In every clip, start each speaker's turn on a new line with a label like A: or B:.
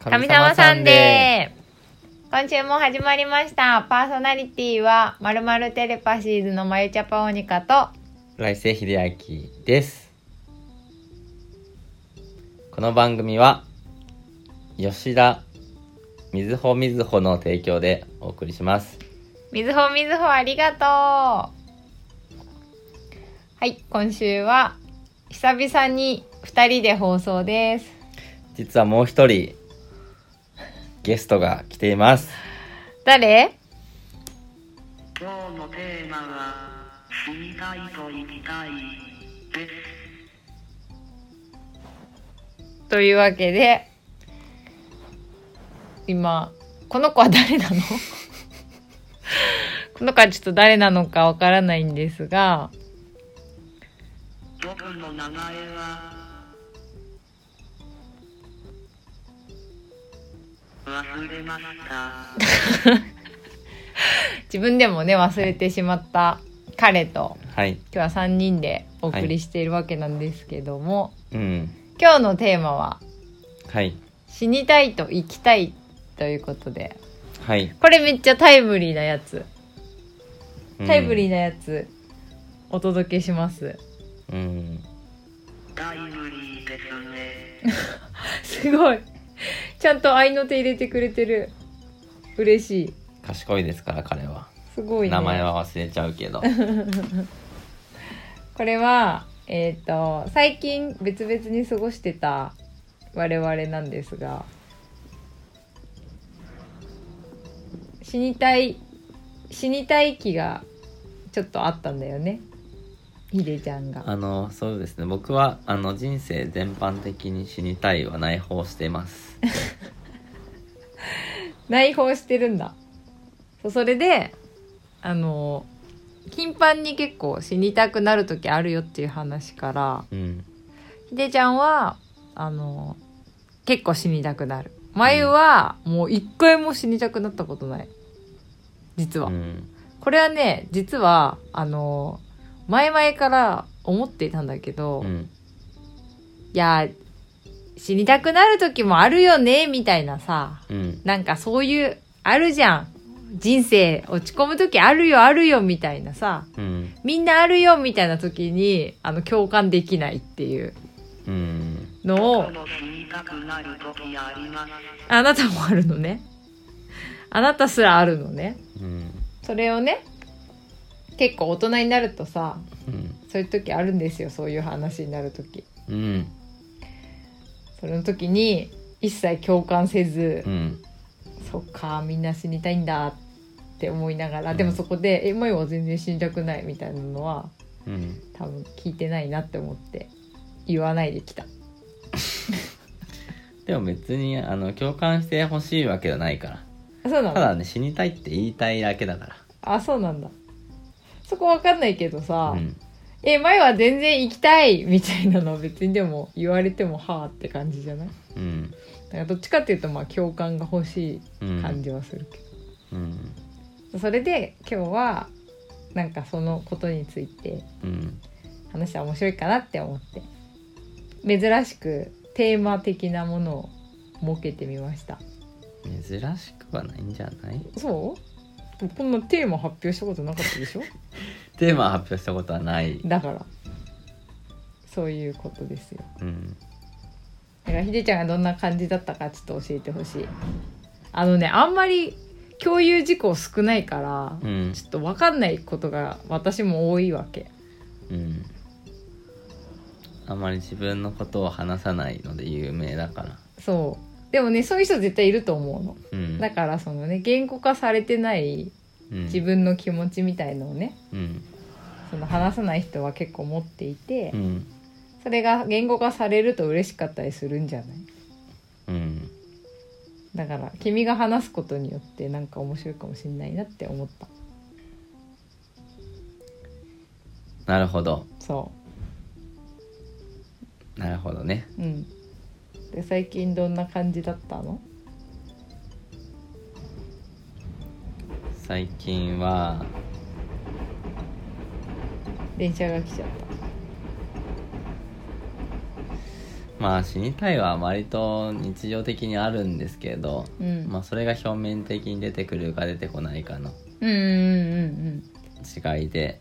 A: 神様さんで今週も始まりましたパーソナリティはまるまるテレパシーズのまゆちゃぱおにかと
B: 来世秀明ですこの番組は吉田みずほみずほの提供でお送りします
A: みずほみずほありがとうはい今週は久々に2人で放送です
B: 実はもう一人ゲストが来ています
A: 誰
C: 今日のテーマは死にたいと生きたいです
A: というわけで今この子は誰なの この子はちょっと誰なのかわからないんですが
C: 僕の名前は忘れました
A: 自分でもね忘れてしまった彼と
B: はい
A: 今日は3人でお送りしているわけなんですけども、
B: うん
A: 今日のテーマは
B: はい
A: 「死にたいと生きたい」ということで
B: はい、
A: これめっちゃタイムリーなやつ
B: うん
A: タイムリーなやつお届けします、
B: うん
C: タイムリーですね
A: すごいちゃんと愛の手入れてくれてる嬉しい
B: 賢いですから彼は
A: すごいね
B: 名前は忘れちゃうけど
A: これはえっ、と最近別々に過ごしてた我々なんですが死にたい死にたい気がちょっとあったんだよねひでちゃんが
B: あのそうですね僕はあの人生全般的に死にたいは内包しています
A: 内包してるんだそうそれであの頻繁に結構死にたくなる時あるよっていう話から
B: うん
A: ひでちゃんは、あの、結構死にたくなる。まゆは、もう一回も死にたくなったことない。実は。
B: うん
A: これはね、実は、あの、前々から思っていたんだけど、
B: う
A: い
B: ん
A: や、死にたくなる時もあるよね、みたいなさ、
B: うん
A: なんかそういう、あるじゃん。人生落ち込む時あるよ、あるよ、みたいなさ、
B: うん
A: みんなあるよ、みたいな時に、あの、共感できないっていう
B: うん
A: のを、
C: 僕の死にたくなる時あります
A: あなたもあるのね。あなたすらあるのね。
B: うん
A: それをね、結構大人になるとさ、
B: うん
A: そういう時あるんですよ、そういう話になる時。
B: うん
A: その時に、一切共感せず、
B: うん
A: そっか、みんな死にたいんだって思いながら、
B: うん
A: でもそこで、え、まゆは全然死にたくないみたいなのは、
B: うん
A: 多分聞いてないなって思って、言わないできた。
B: でも別にあの共感してほしいわけじゃないから
A: そうな
B: た
A: の
B: だね死にたいって言いたいだけだか
A: あ、そうなんだ。そこわかんないけど
B: ら
A: さ、
B: うん
A: え、前は全然行きたいみたいなの別にでも言われてもはあって感じじゃない
B: うん
A: だからどっちかっていうとまあ共感が欲し
B: う
A: い感
B: ん
A: じはするけど、
B: うん
A: それで今日はなんかそのことについて
B: うん
A: 話したら面白いかなって思って珍しくテーマ的なものを設けてみました
B: 珍しくはないんじゃない
A: そうこんなテーマ発表したことなかった でしょ
B: テーマは発表したことはない
A: だからそういうことですよ
B: うん
A: だからひでちゃんがどんな感じだったかちょっと教えてほしいあのねあんまり共有事項少ないから、
B: うん
A: ちょっと分かんないことが私も多いわけ
B: うんあまり自分のことを話さないので有名だから
A: そうでもねそういう人絶対いると思うの
B: うん
A: だからそのね言語化されてない
B: うん
A: 自分の気持ちみたいのをね
B: うん
A: その話さない人は結構持っていて
B: うん
A: それが言語化されると嬉しかったりするんじゃない
B: うん
A: だから君が話すことによってなんか面白いかもしれないなって思った
B: なるほど
A: そ
B: なるほどね
A: ううんで最近どんな感じだったの
B: 最近は
A: 電車が来ちゃっ
B: まあ死にたいは割と日常的にあるんですけど、
A: うん
B: まあそれが表面的に出てくるか出てこないかの
A: うんうん
B: 違いで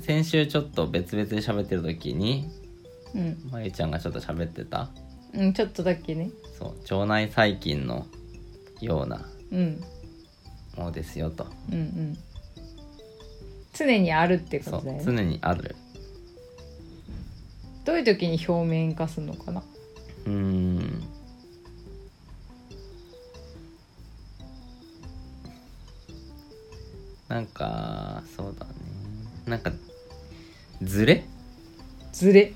B: 先週ちょっと別々で喋ってる時に
A: うんうん
B: まゆちゃんがちょっと喋ってた
A: うんうんちょっとだけね
B: そう腸内細菌のような
A: うん
B: ものですよと
A: うんうん常にあるってこ
B: そ
A: と
B: う
A: だよね
B: 常にある
A: どういう時に表面化するのかな
B: うーんなんかそうだねなんかズレ
A: ズレ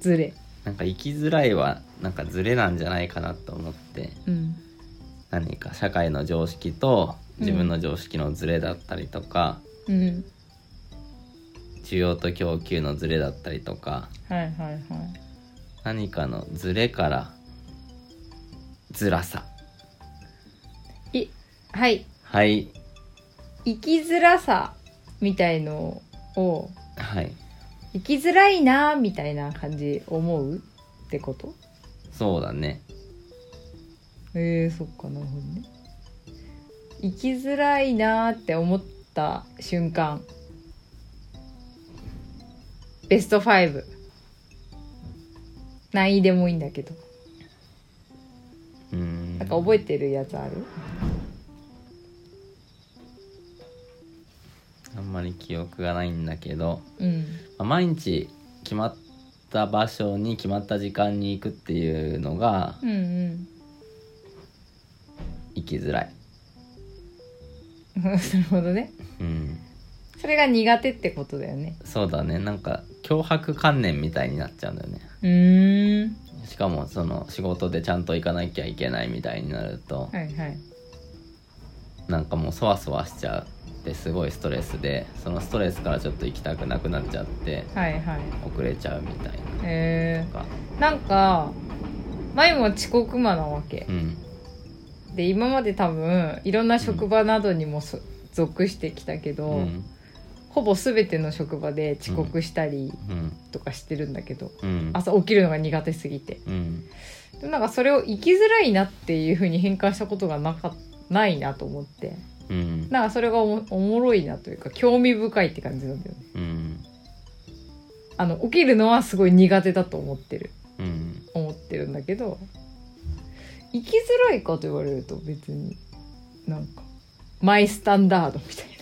A: ズレ
B: なんか生きづらいはなんかズレなんじゃないかなと思って
A: うん
B: 何か社会の常識と自分の常識のズレだったりとか、
A: うん
B: 需要と供給のズレだったりとか
A: はいはいはい
B: 何かのズレからずらさ
A: いはい
B: はい
A: 生きづらさみたいのを
B: はい
A: 生きづらいなみたいな感じ思うってこと
B: そうだね
A: えー、そっかなるほどね生きづらいなーって思った瞬間ベスト5何位でもいいんだけど
B: うーん
A: なんか覚えてるやつある
B: あんまり記憶がないんだけど、
A: うん
B: まあ毎日決まった場所に決まった時間に行くっていうのが
A: うんうん
B: 生きづらい、
A: なるほどね
B: うん、
A: それが苦手ってことだよね
B: そうだねなんか脅迫観念みたいになっちゃうんだよね
A: うーん
B: しかもその仕事でちゃんと行かなきゃいけないみたいになると
A: はいはい
B: なんかもうそわそわしちゃうですごいストレスでそのストレスからちょっと行きたくなくなっちゃって
A: はいはい
B: 遅れちゃうみたい
A: え
B: なとか
A: ー、なんか前も遅刻魔なわけ
B: うん
A: で今まで多分いろんな職場などにもそ属してきたけど、
B: うん
A: ほぼ全ての職場で遅刻したり
B: うん
A: とかしてるんだけど、
B: うん
A: 朝起きるのが苦手すぎて
B: うん
A: でもなんかそれを生きづらいなっていう風に変換したことがなかないなと思って
B: うん
A: なんかそれがおもおもろいなというか興味深いって感じなんだよね
B: うん
A: あの起きるのはすごい苦手だと思ってる
B: うん
A: 思ってるんだけど生きづらいかと言われると別になんかマイスタンダードみたいな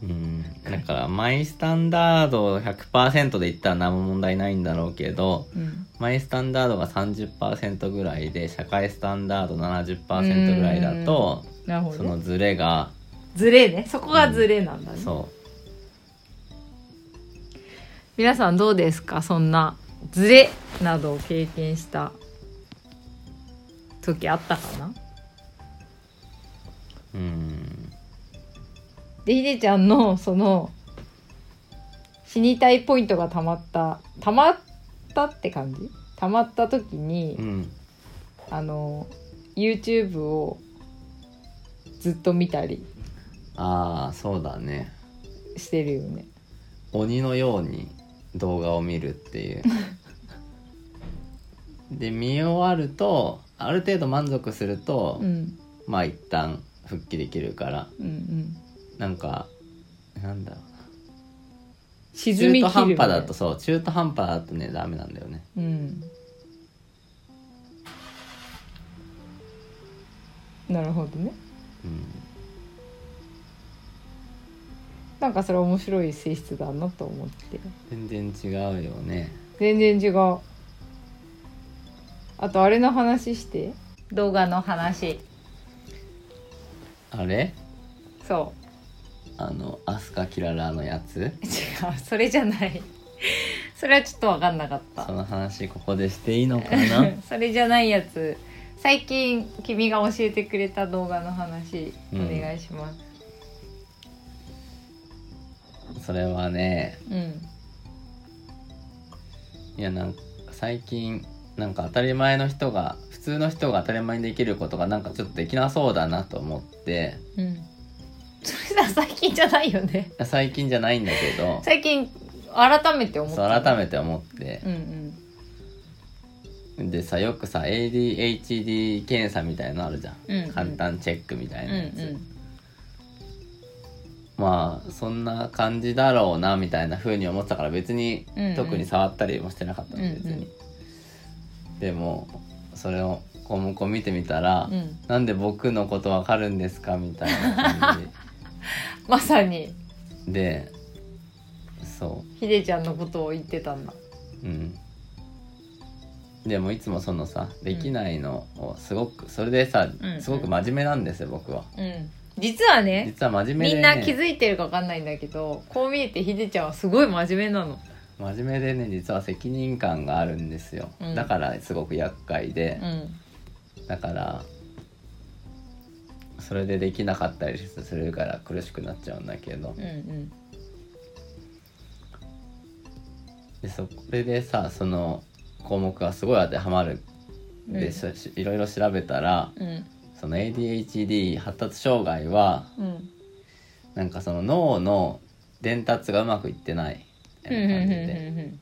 B: うんだからマイスタンダードを100%でいったら何も問題ないんだろうけど
A: うん
B: マイスタンダードが30%ぐらいで社会スタンダード70%ぐらいだと
A: なるほ
B: そ
A: ど、
B: の
A: ね、
B: ズレが
A: ズレねそこがズレなんだね、
B: そ
A: 皆さんどうですかそんなズレなどを経験した時あったかな
B: ううん
A: でひでちゃんのその死にたいポイントがたまったたまったって感じたまった時に、
B: うん
A: あの YouTube をずっと見たり
B: ああそうだね
A: してるよね
B: 鬼のように動画を見るって いうで見終わるとある程度満足すると、
A: うん
B: まあ一旦復帰できるから
A: うんうん
B: なんかなんだろうな
A: 沈
B: 中
A: み
B: 途
A: 切る
B: 半
A: みた
B: 端
A: いな
B: だとそう中途半端だとねダメなんだよね
A: うんなるほどね
B: うん
A: なんかそれ面白い性質だなと思って
B: 全然違うよね
A: 全然違うあとあれの話して動画の話
B: あれ
A: そ
B: あのアスカキララのやつ
A: う違うそれじゃないそれはちょっと分かんなかった
B: その話ここでしていいのか な
A: それじゃないやつ最近君が教えてくれた動画の話お
B: うん
A: 願いします
B: それはね
A: うん
B: いやなんか最近なんか当たり前の人が普通の人が当たり前にできることがなんかちょっとできなそうだなと思って
A: うんそれさ最近じゃないよね
B: 最近じゃないんだけど
A: 最近改めて思っ
B: そ
A: た
B: う改めて思って
A: う、んうん
B: でさよくさ ADHD 検査みたいのあるじゃん、
A: うんうん
B: 簡単チェックみた
A: う
B: い
A: ん
B: なやつ、
A: う
B: まあそんな感じだろうなみたいな風に思ってたから別に
A: うんうん
B: 特に触ったりもしてなかったの
A: うんうん
B: 別に、でもそれを項目を見てみたら、
A: うん
B: なんで僕のことわかるんですかみたいな感
A: んまさに
B: じでそ
A: ひでちゃんのことを言ってたんだ
B: ううんでもいつもそのさできないのをすごくそれでさ
A: うんうん
B: すごく真面目なんですよ僕は
A: うん実はね
B: 実は真面目
A: み
B: で、
A: ん
B: ね、
A: な気づいてるか分かんないんだけどこう見えてひでちゃんはすごい真面目なの
B: 真面目でね実は責任感があるんですよ、
A: うん
B: だからすごく厄介で
A: う、ん
B: だからそれでできなかったりするから苦しくなっちゃうんだけど、
A: うんうん
B: でそれでさその項目がすごい当てはまる
A: うん
B: で、ししいろいろ調べたら
A: うん
B: その ADHD 発達障害は
A: うん
B: なんかその脳の伝達がうまくいってないみ
A: うん
B: た
A: う
B: いな感じ
A: ん
B: で。
A: うん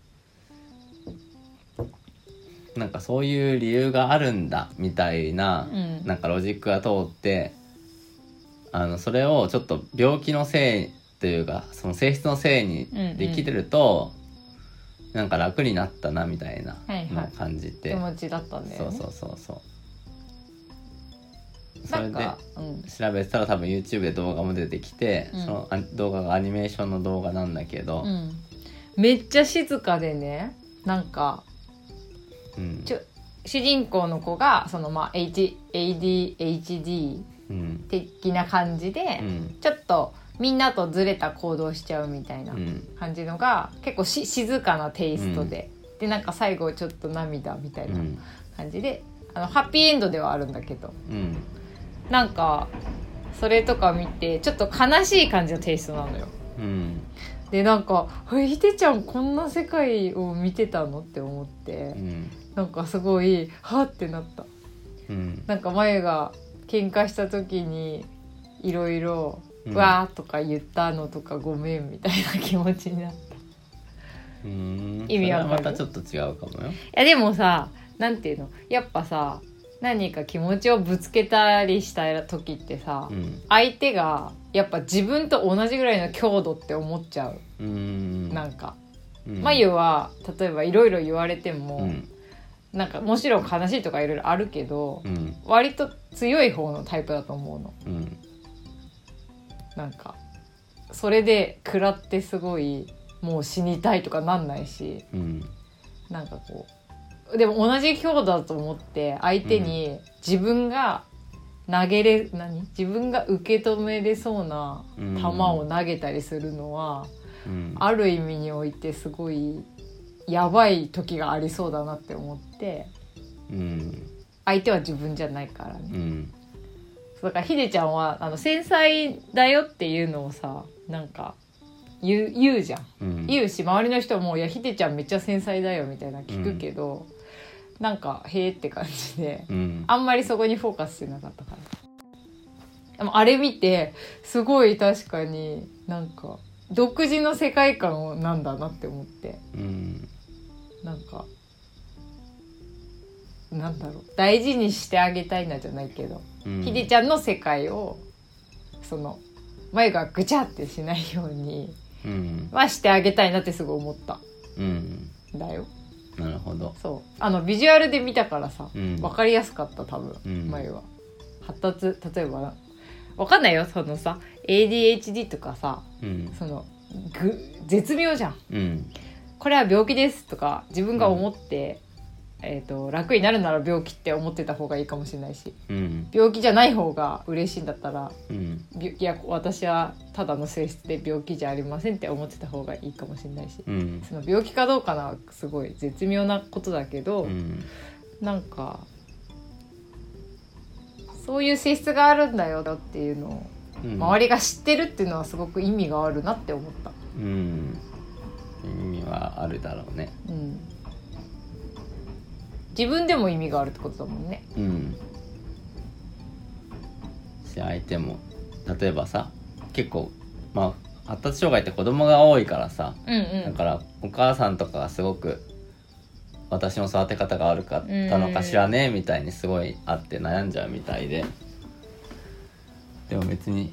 B: なんかそういう理由があるんだみたいな、
A: うん
B: なんかロジックが通ってあのそれをちょっと病気のせいというかその性質のせいに
A: うんうん
B: できてると、なんか楽になったなみたいな
A: はい
B: のを
A: はい
B: 感じて、
A: 気持ちだったんだ
B: そう
A: よね
B: そうそうそうそ
A: な
B: れ
A: ん
B: で
A: かうん
B: 調べてたら多分 YouTube で動画も出てきて、
A: うん
B: そのあ動画がアニメーションの動画なんだけど、
A: うんめっちゃ静かでねなんか
B: うん
A: ちょ主人公の子がそのまあ H ADHD
B: うん
A: 的な感じで、
B: うん
A: ちょっとみんなとずれた行動しちゃうみたいな
B: うん
A: 感じのが結構し静かなテイストで、でなんか最後ちょっと涙みたいうなん感じで、あのハッピーエンドではあるんだけど
B: うん
A: なんかそれとか見てちょっと悲しい感じのテイストなのよ。
B: うん
A: でなんか「えひでちゃんこんな世界を見てたの?」って思って
B: うん
A: なんかすごい「はあ」ってなった。
B: うん
A: なんか前が喧嘩した時にいろいろ
B: うん
A: 「わー」とか言ったのとか「ごめん」みたいな気持ちになって
B: うーん
A: 意味わかる
B: それはまたちょっと違うかもよ
A: いやでもさなんていうのやっぱさ何か気持ちをぶつけたりした時ってさ、
B: うん
A: 相手がやっぱ自分と同じぐらいの強度って思っちゃう、
B: うーん
A: なんか、
B: うん
A: まゆは例えばいろいろ言われても、
B: うん
A: なんかもちろん悲しいとかいろいろあるけど、
B: うん
A: 割と強い方のタイプだと思うの。
B: うん
A: なんかそれで食らってすごいもう死にたいとかなんないし
B: うん
A: なんかこうでも同じ強度だと思って相手に自分が投げれ、何自分が受け止めれそうな
B: うん
A: 球を投げたりするのは、
B: うん
A: ある意味においてすごいやばい時がありそうだなって思って
B: うん
A: 相手は自分じゃないからね。
B: うん
A: そうだからひでちゃんはあの繊細だよっていうのをさなんか言う言うじゃん
B: うん
A: 言うし周りの人も「いやひでちゃんめっちゃ繊細だよ」みたいな聞くけど、なんか「へえ」って感じで
B: うん
A: あんまりそこにフォーカスしてなかったからでもあれ見てすごい確かになんか独自の世界観をなんだなって思って
B: うん
A: なんかなんだろう大事にしてあげたいなじゃないけど
B: うん
A: ひでちゃんの世界をその眉がぐちゃってしないように
B: うん
A: はしてあげたいなってすごい思った
B: うん
A: んだよ
B: なるほど
A: そうあのビジュアルで見たからさ
B: うん
A: 分かりやすかった多分、
B: うん
A: 眉は発達例えばな分かんないよそのさ ADHD とかさ
B: うん
A: そのぐ絶妙じゃん
B: うん
A: これは病気ですとか自分が思って、えー、と楽になるなら病気って思ってた方がいいかもしれないし
B: うん
A: 病気じゃない方が嬉しいんだったら
B: うん
A: びいや私はただの性質で病気じゃありませんって思ってた方がいいかもしれないし、
B: うん
A: その病気かどうかなすごい絶妙なことだけど、
B: うん
A: なんかそういう性質があるんだよっていうのを
B: うん
A: 周りが知ってるっていうのはすごく意味があるなって思った。
B: うん意味はあるだろうね
A: うん自分でも意味があるってことだもんね。
B: うんし相手も例えばさ結構まあ発達障害って子供が多いからさ
A: うんう
B: だ
A: ん
B: からお母さんとかがすごく私の育て方が悪かったのかしらねみたいにすごいあって悩んじゃうみたいででも別に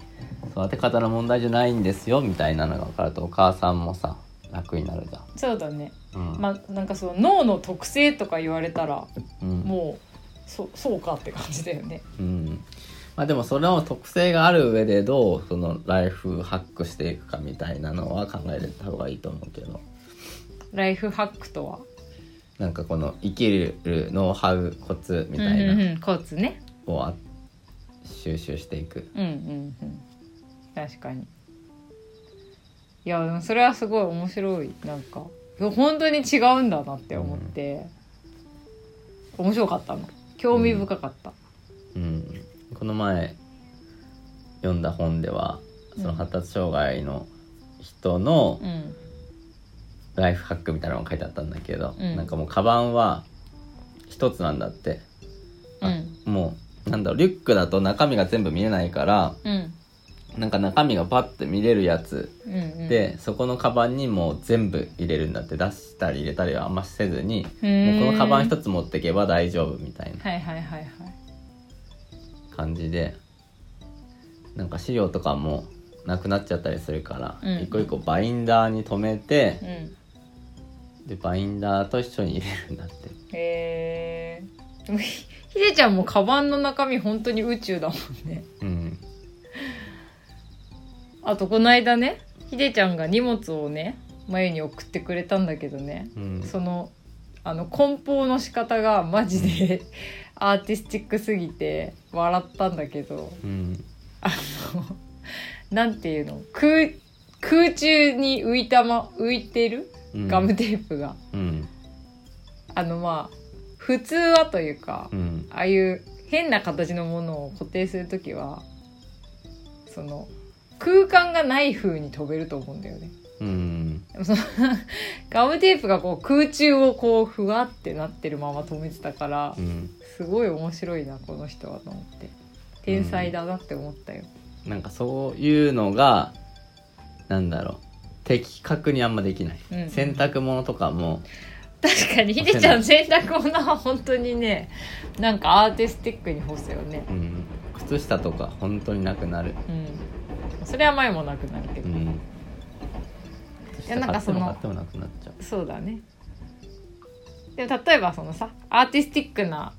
B: 育て方の問題じゃないんですよみたいなのが分かるとお母さんもさ楽になるじ
A: そうだね
B: ゃん、うん
A: まあなんかその脳の特性とか言われたら
B: うん
A: もうそそうかって感じだよね
B: うんまあ、でもそれの特性がある上でどうそのライフハックしていくかみたいなのは考えてた方がいいと思うけど
A: ライフハックとは
B: なんかこの生きるノウハウコツみたい
A: うん
B: な
A: う
B: ん
A: うん、コツね
B: をあ収集していく。
A: うんうんうん確かにいやでもそれはすごい面白いなんかいや本当に違うんだなって思って、面白かったの興味深かった、
B: うん、この前読んだ本ではその発達障害の人の
A: うん
B: ライフハックみたいなのが書いてあったんだけど、
A: うん
B: なんかもうカバンは一つなんだって
A: う
B: あ
A: ん
B: もうなんだろうリュックだと中身が全部見えないから
A: うん
B: なんか中身がパッて見れるやつ
A: うんうん
B: で、そこのカバンにもう全部入れるんだって出したり入れたりはあんませずに
A: う
B: も
A: ん
B: うこのカバン一つ持ってけば大丈夫みたいな
A: はいはいはいはい
B: 感じでなんか資料とかもなくなっちゃったりするから、
A: うん
B: 一個一個バインダーに留めて
A: う、ん
B: でバインダーと一緒に入れるんだって
A: へえー、でもひひでちゃんもカバンの中身本当に宇宙だもんね
B: うん
A: あとこの間ねひでちゃんが荷物をね眉に送ってくれたんだけどね
B: うん
A: そのあの梱包の仕方がマジで アーティスティックすぎて笑ったんだけど
B: うん
A: あのなんていうの空空中に浮いたま浮いてる
B: うん
A: ガムテープが、
B: うん
A: あのまあ普通はというか、
B: うん
A: ああいう変な形のものを固定するときはその空間がない風に飛べると思うんだよね。
B: うん
A: でもそのガムテープがこう空中をこうふわってなってるまま止めてたから
B: うん
A: すごい面白いなこの人はと思って天才だなって思ったよ。
B: なんかそういうのがなんだろう的確にあんまできない、
A: うん
B: 洗濯物とかも
A: 確かにひでちゃん洗濯物は本当にねなんかアーティスティックに干すよね。
B: うん、靴下とか本当になくなる、
A: うん、それは前もなくなるけ
B: う
A: ど、
B: ん、靴
A: いや
B: 下
A: な
B: 買
A: んか
B: って
A: そ
B: も
A: の
B: 買ってもなくなっちゃう
A: そうだねでも例えばそのさアーティスティックな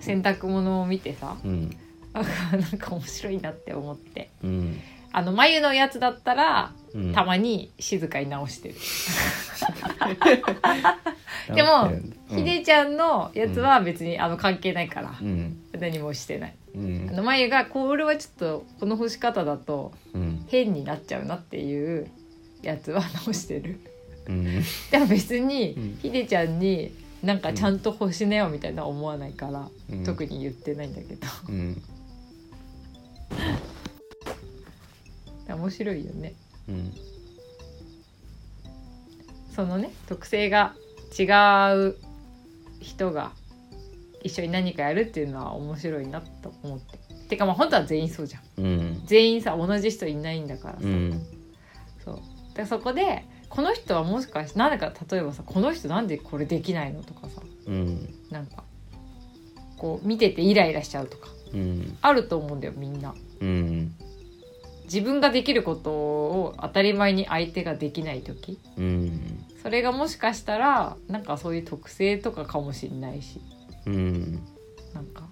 A: 洗濯物を見てさ
B: うん
A: なんかなんか面白いなって思って
B: うん
A: あの眉のやつだったら
B: うん
A: たまに静かに直してる、
B: うん
A: でも
B: うん
A: ひでちゃんのやつは別にあの関係ないから
B: うん
A: 何もしてない、
B: うん
A: あの眉がこれはちょっとこの干し方だと
B: うん
A: 変になっちゃうなっていうやつは直してる
B: うん
A: でも別に
B: うん
A: ひでちゃんになんかちゃんと干しなよみたいな思わないから、
B: うん
A: 特に言ってないんだけど
B: うん
A: 面白いよね
B: うん
A: そのね特性が違う人が一緒に何かやるっていうのは面白いなと思っててかまあ本当は全員そうじゃん
B: うん
A: 全員さ同じ人いないんだからさ、
B: うん
A: そうでそこでこの人はもしかしてなんだか例えばさこの人なんでこれできないのとかさ
B: うん
A: なんかこう見ててイライラしちゃうとか
B: うん
A: あると思うんだよみんな
B: うん
A: 自分ができることを当たり前に相手ができない時
B: うん
A: それがもしかしたらなんかそういう特性とかかもしれないし
B: うん
A: なんか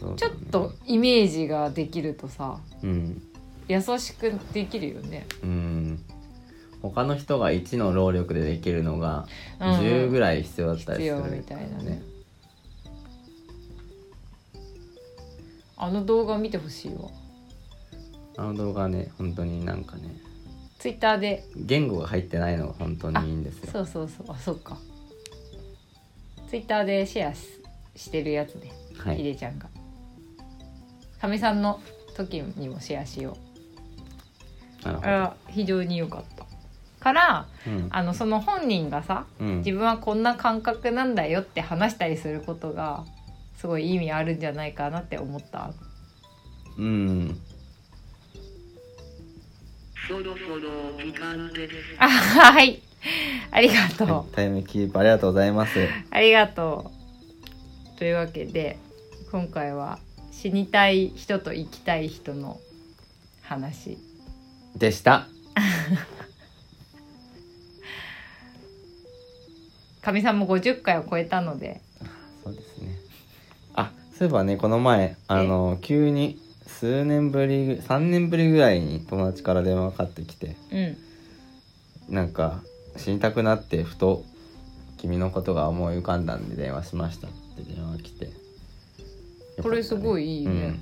B: そうだね
A: ちょっとイメージができるとさ
B: うん
A: 優しくできるよね。
B: うん他の人が1の労力でできるのが
A: うん
B: 10ぐらい必要だったり
A: 必
B: する
A: 要みたいなね。あの動画見てほしいわ。
B: あの動画ね本当になんかね
A: ツイッターで
B: 言語が入ってないのが本当にいいんですよ
A: そうそうそうあそっか。ツイッターでシェアししてるやつで、ね、
B: は
A: ひ
B: い
A: でちゃんが。かみさんの時にもシェアしよう。
B: なるほ
A: あれは非常に良かった。から
B: どうん
A: あのその本人がさ
B: うん
A: 自分はこんな感覚なんだよって話したりすることがすごい意味あるんじゃないかなって思った。
B: うん
C: そろそろお時間です。
A: あ はいありがとう、
B: はい、タイムキープありがとうございます
A: ありがとうというわけで今回は死にたい人と生きたい人の話
B: でした
A: かみさんも50回を超えたので
B: そうですねあそういえばねこの前あの急に数年ぶり3年ぶりぐらいに友達から電話がかかってきて
A: うん
B: なんか死にたくなってふと君のことが思い浮かんだんで電話しましたって電話が来て、
A: これすごいいいね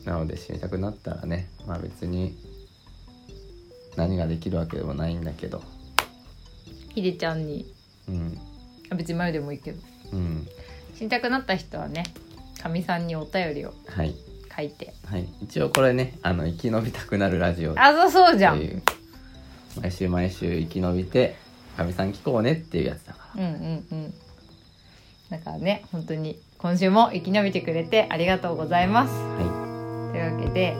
B: うんなので死にたくなったらねまあ別に何ができるわけでもないんだけど
A: ひでちゃんに
B: うん
A: あ別に眉でもいいけど
B: うん
A: 死にたくなった人はねかみさんにお便りを
B: はい
A: 書いて
B: はい一応これねあの生き延びたくなるラジオ
A: あそうそうじゃん
B: という毎週毎週生き延びてかみさん聞こうねっていうやつだか
A: うんうんうんだからね本当に今週も生き延びてくれてありがとうございます
B: らは
A: というわけで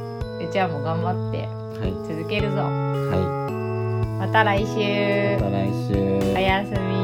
A: うちはもう頑張っ
B: い
A: て
B: はい
A: 続けるぞ
B: は
A: また来週
B: いまた来週
A: おやすみ